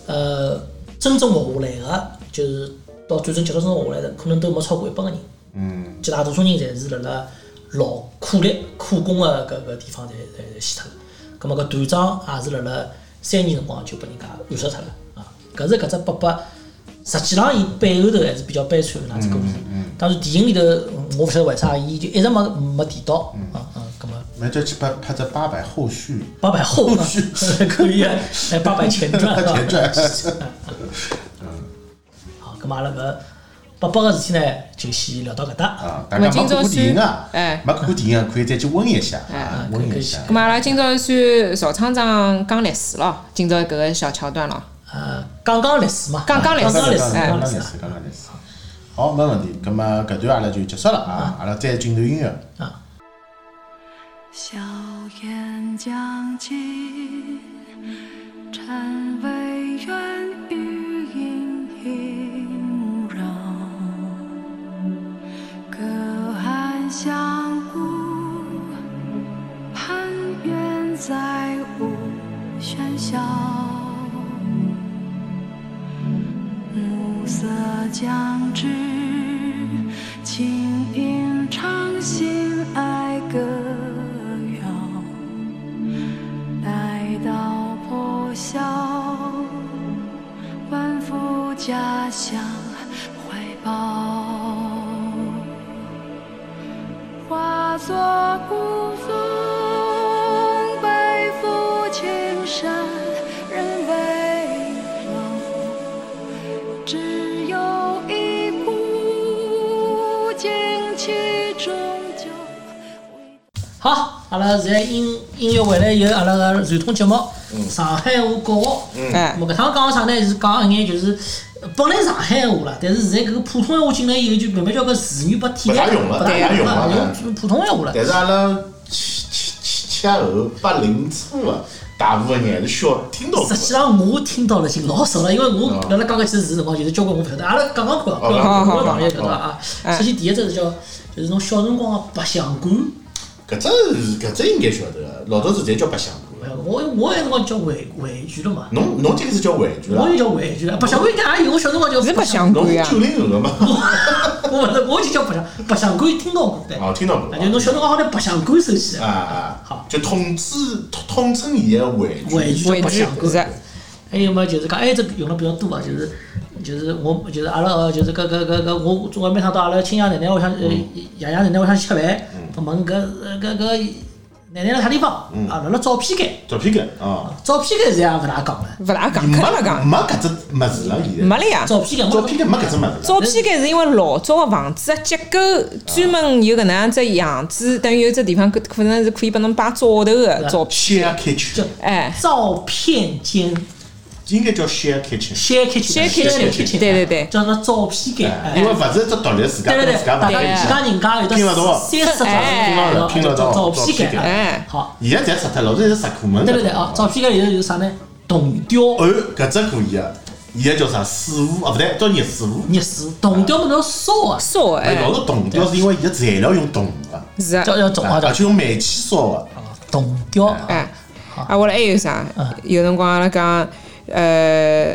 S3: 呃，真正活下来个，就是到战争结束之后活下来的，可能都没超过一百个人。嗯，绝大多数人侪是辣辣劳苦力苦工个搿搿地方侪侪侪死脱了。葛末搿团长也是辣辣三年辰光就被人家暗杀脱了啊！搿是搿只八八，实际上伊背后头还是比较悲惨个那只故事。当然电影里头嗯我勿晓得为啥伊就一直没没提到啊啊！葛末。
S2: 那就去拍拍只八百后续。
S3: 八百后呢可以啊，哎，八百前传是吧？
S2: 前传
S3: 好，咁阿拉搿八百个事体呢，就先聊到搿搭。
S2: 啊，大家没看过电影啊，
S1: 哎
S2: 没看过电影啊可以再去温一下啊
S3: 哎，
S2: 温
S3: 可
S2: 一
S3: 以
S2: 下
S1: 咁
S3: 可。
S1: 嘛阿拉今朝算邵厂长讲历史咯，今朝搿个小桥段咯。
S3: 呃，讲讲历史嘛，
S1: 讲讲历
S3: 讲
S1: 史
S3: 讲历史，
S2: 刚
S1: 哎
S3: 讲
S2: 刚
S3: 历
S2: 历
S3: 史
S2: 史
S3: 啊，
S2: 刚刚历史。好，没问题。那么搿段阿拉就结束了啊，阿拉再进段音乐。
S3: 啊。
S6: 硝烟将尽，禅微烟雨隐隐绕，隔岸相顾，攀援在无喧嚣。暮色将至，轻吟唱心爱歌谣，待到破晓，奔赴家乡怀抱，化作孤峰，背负青山人围绕。只有一股惊奇，终究。
S3: 好，阿拉现在音音乐回来以后，阿拉个传统节目《上海话国学》。
S1: 哎
S3: 咾，搿趟讲啥呢？是讲一眼就是呃本来上海话啦，但是现在搿个普通话进来以后，就慢慢叫搿词语被替代
S7: 不大用了
S3: 不大
S7: 不大
S3: 用
S7: 用了
S3: 了，用普通话了。
S7: 但是阿拉七七七七后八零初的大部分人还是需要听到过
S3: 实际上我听到了已经老少了，因为我辣辣讲搿几字辰光，就是交关我勿晓得，阿拉讲讲看啊，
S7: 好
S3: 我
S1: 好
S3: 朋友
S7: 好
S3: 晓得啊。
S1: 哎
S3: 首先第一只是叫，就是侬小辰光个白相馆，
S7: 搿只是搿只应该晓得的，老早子侪叫白相过
S3: 哎。我我那辰光叫玩玩具了嘛，
S7: 侬侬这个是叫玩具啦
S3: 我，也叫玩具了，啊白相馆应该也有，我小辰光叫
S1: 是
S3: 白
S1: 白
S3: 相
S1: 相
S7: 侬
S1: 馆
S7: 是
S1: 呀？
S7: 九零后的嘛？
S3: 馆，我勿是，我就叫白相白相馆，听到过对。
S7: 哦，听到过
S3: 啊，。就侬小辰光好像白相馆收起
S7: 啊
S3: 来，好
S7: 啊，就统治统统称伊个玩具。
S3: 玩具叫
S1: 玩
S3: 白
S1: 具
S3: 相馆。
S1: 是啊
S3: 还有么就是讲，还有一只用了比较多啊，就是就是我就是阿拉呃就是搿搿搿搿我总归每趟到阿拉亲爷奶奶屋里向呃爷爷奶奶屋里向吃饭，
S7: 嗯
S3: 他问搿呃搿搿奶奶辣啥地方啊？辣辣照片间，
S7: 照片间啊，
S3: 照片间现在也勿大讲了，
S1: 勿大讲，
S7: 没
S1: 肯勿讲，
S7: 没搿只物事了，现在
S1: 没了呀。
S3: 照片间
S7: 照片间没搿只物事了。
S1: 照片间是因为老早个房子个结构专门有搿能样只样子，等于有只地方可可能是可以拨侬摆灶头
S3: 啊
S1: 个照片。
S7: share kitchen
S3: 叫
S1: 哎
S3: 照片间
S7: 应该叫 share kitchen，
S3: share kitchen
S1: Share kitchen，对对对
S3: 叫那照片间，哎
S7: 啊因为勿是一只独立自家
S3: 对
S7: 跟
S3: 对对
S7: 自，家
S3: 大
S7: 买的
S3: 家
S1: 对
S3: 几家人家有
S7: 拼得到
S3: 的三十张哦
S1: 哎
S7: 拼得到拼得到照
S3: 照片
S7: 片
S3: 间，
S7: 间
S3: 哎
S1: 哎
S3: 好，
S7: 现在侪拆脱，老早侪石库门了。
S3: 对对对哦，照片间里头有啥呢？铜雕。
S7: 哦，搿只可以啊！现在叫啥水壶啊？勿对，叫热水壶。
S3: 热水，铜雕么侬烧啊，
S1: 烧个
S7: 哎，
S1: 哎
S7: 老，早铜雕是因为伊个材料用铜个，啊
S1: 是
S3: 叫
S1: 个
S3: 叫铜啊
S7: 而
S3: 叫
S7: 且用煤气烧个。
S3: 哦铜雕啊，
S1: 哎。啊，我来还有啥？有辰光阿拉讲，呃，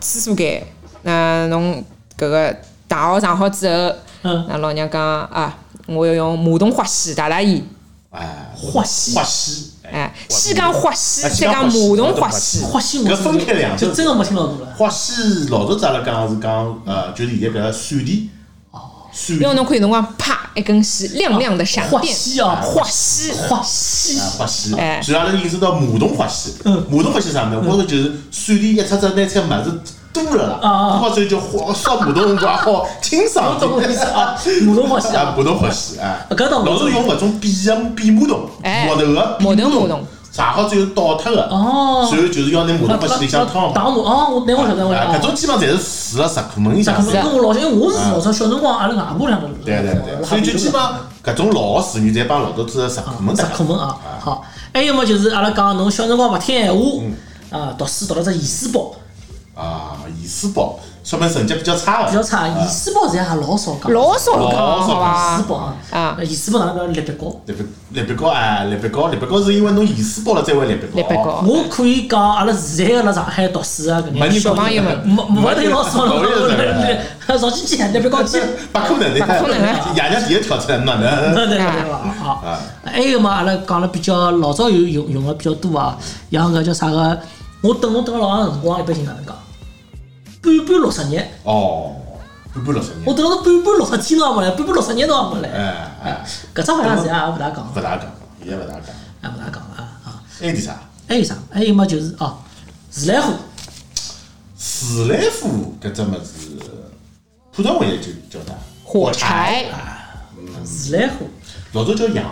S1: 厕所间，那侬搿个大号上好之后，
S3: 嗯
S1: 那老娘讲啊，我要用马桶花洗洗洗伊。
S7: 哎，
S3: 花溪
S7: 花溪，
S1: 哎，先讲滑西，
S2: 啊
S1: 再
S2: 先
S1: 讲
S2: 讲
S1: 马
S2: 马
S1: 桶
S2: 桶
S1: 滑
S2: 滑
S1: 西
S2: 西，
S3: 花西我
S2: 搿分开两
S3: 就真的没听老多了。
S2: 花西老早子阿拉讲是讲呃，就是现在搿个闪电，
S1: 哦
S2: 闪
S1: 因为
S2: 电
S1: 侬可以辰光啪一根线亮亮的闪
S3: 花
S1: 电，
S3: 西啊，
S1: 滑西，
S3: 花西
S2: 啊，花西，
S1: 哎
S2: 所以阿拉引申到马桶花西，
S3: 嗯
S2: 马桶花西是啥呢？我说就是闪电一出只拿出物事多了
S3: 啊
S2: 啦，好所以就花烧马桶辰光好清爽
S3: 我懂我意
S2: 点
S3: 思啊，马桶花西
S2: 啊
S3: 啊，，
S2: 马桶花西啊，
S3: 搿倒没
S2: 老是用搿种扁的扁马桶，
S1: 哎
S2: 木头个
S1: 木头
S2: 扁
S1: 马
S2: 马
S1: 桶
S2: 桶，上好最后倒脱个，
S3: 哦
S2: 所以就是要拿马桶花西里向
S3: 打
S2: 趟
S3: 打我哦，我那我晓得我晓
S2: 啊，
S3: 得
S2: 搿。种基本上侪是住了石库门里向
S3: 可能
S2: 住的。
S3: 跟我老因为我是老早小辰光阿拉外婆两个人，
S2: 对对对，
S3: 嗯
S2: 所以就基本上搿种老个妇女侪帮老头子的石库门
S3: 石
S2: 搭档
S3: 课文啊，好，还有么就是阿拉讲侬小辰光勿听闲话，啊，读书读了只盐水包，
S2: 啊，盐水包，说明成绩比较差的，
S3: 比较差，盐水包现在也老少讲，
S1: 老少
S2: 老
S1: 讲
S2: 少
S1: 好
S3: 盐
S1: 吧
S3: 水？包啊，
S1: 啊
S3: 盐水包哪能讲立别高？
S2: 立别立别高啊，立别高，立别高是因为侬盐水包了才会立
S1: 立
S2: 别
S1: 别
S2: 高。
S1: 高，
S3: 我可以讲阿拉现在辣上海读书啊，搿
S2: 没人
S3: 眼
S1: 小朋友们
S3: 没没勿对老少
S2: 没人认得
S3: 了，少去几立别高去，
S2: 不可能的，
S1: 不可能的
S2: 爷娘第一跳出来哪能？
S3: 对对对伐？好，
S2: 啊
S3: 还有嘛，阿拉讲了比较老早有用用的比较多啊，像搿叫啥个，我等侬等了老长辰光，一般性哪能讲？半半六十日，
S2: 哦，半半六十
S3: 我
S2: 年，
S3: 等了半半六十天侬也没来，半半六十日侬也没
S2: 哎
S3: 来，
S2: 哎，
S3: 搿只好像现在啊也勿大讲，
S2: 勿大讲，现在勿大讲，哎
S3: 也勿大讲了啊啊。
S2: 还有点啥？
S3: 还有啥？还有嘛就是哦，自来火，
S2: 史莱夫搿只物事，普通话也就叫啥？
S1: 火柴，
S3: 啊自来火，
S2: 老早叫洋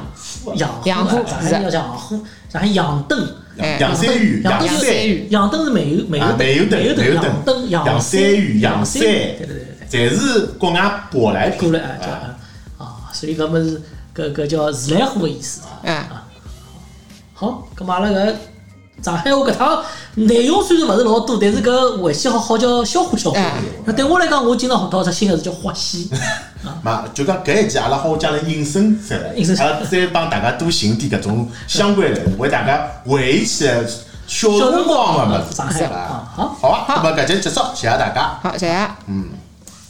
S2: 火啊，
S3: 洋
S1: 洋火
S3: 火啊，上海
S1: 是
S3: 要叫洋火，上海洋灯。
S1: 哎
S2: 洋洋山芋，
S3: 洋
S2: 洋
S1: 洋
S2: 山
S1: 山
S2: 芋。
S1: 芋，
S3: 杨灯是煤油，煤油
S2: 啊，煤油
S3: 灯，
S2: 灯、
S3: 煤油
S2: 煤油
S3: 杨灯、
S2: 杨
S3: 山
S2: 山芋、
S3: 杨
S2: 杨
S3: 山
S2: 山，
S3: 芋，对对对对。
S2: 侪是国外舶来
S3: 过
S2: 品。
S3: 来啊，叫
S2: 啊，
S3: 啊啊，所以搿么是搿搿叫自来火个意思啊。
S1: 嗯，
S3: 好，搿么阿拉搿上海话搿趟内容虽然勿是老多，但是搿回去好好叫消化消化
S1: 嗯。
S3: 那对我来讲，我经常学到只新个字叫花溪，啊
S2: 嘛，啊就讲搿一集阿拉好将来引申出来，
S3: 引申出来
S2: 阿拉啊再帮大家多寻点搿种相关的，为大家回忆起来小
S3: 小
S2: 辰
S3: 辰
S2: 光
S3: 光
S2: 个
S3: 啊
S2: 物，事
S3: 上。海
S2: 啊
S3: 啊，好。
S2: 好啊，那么搿集结束，谢谢大家。
S1: 好，谢谢。
S2: 嗯。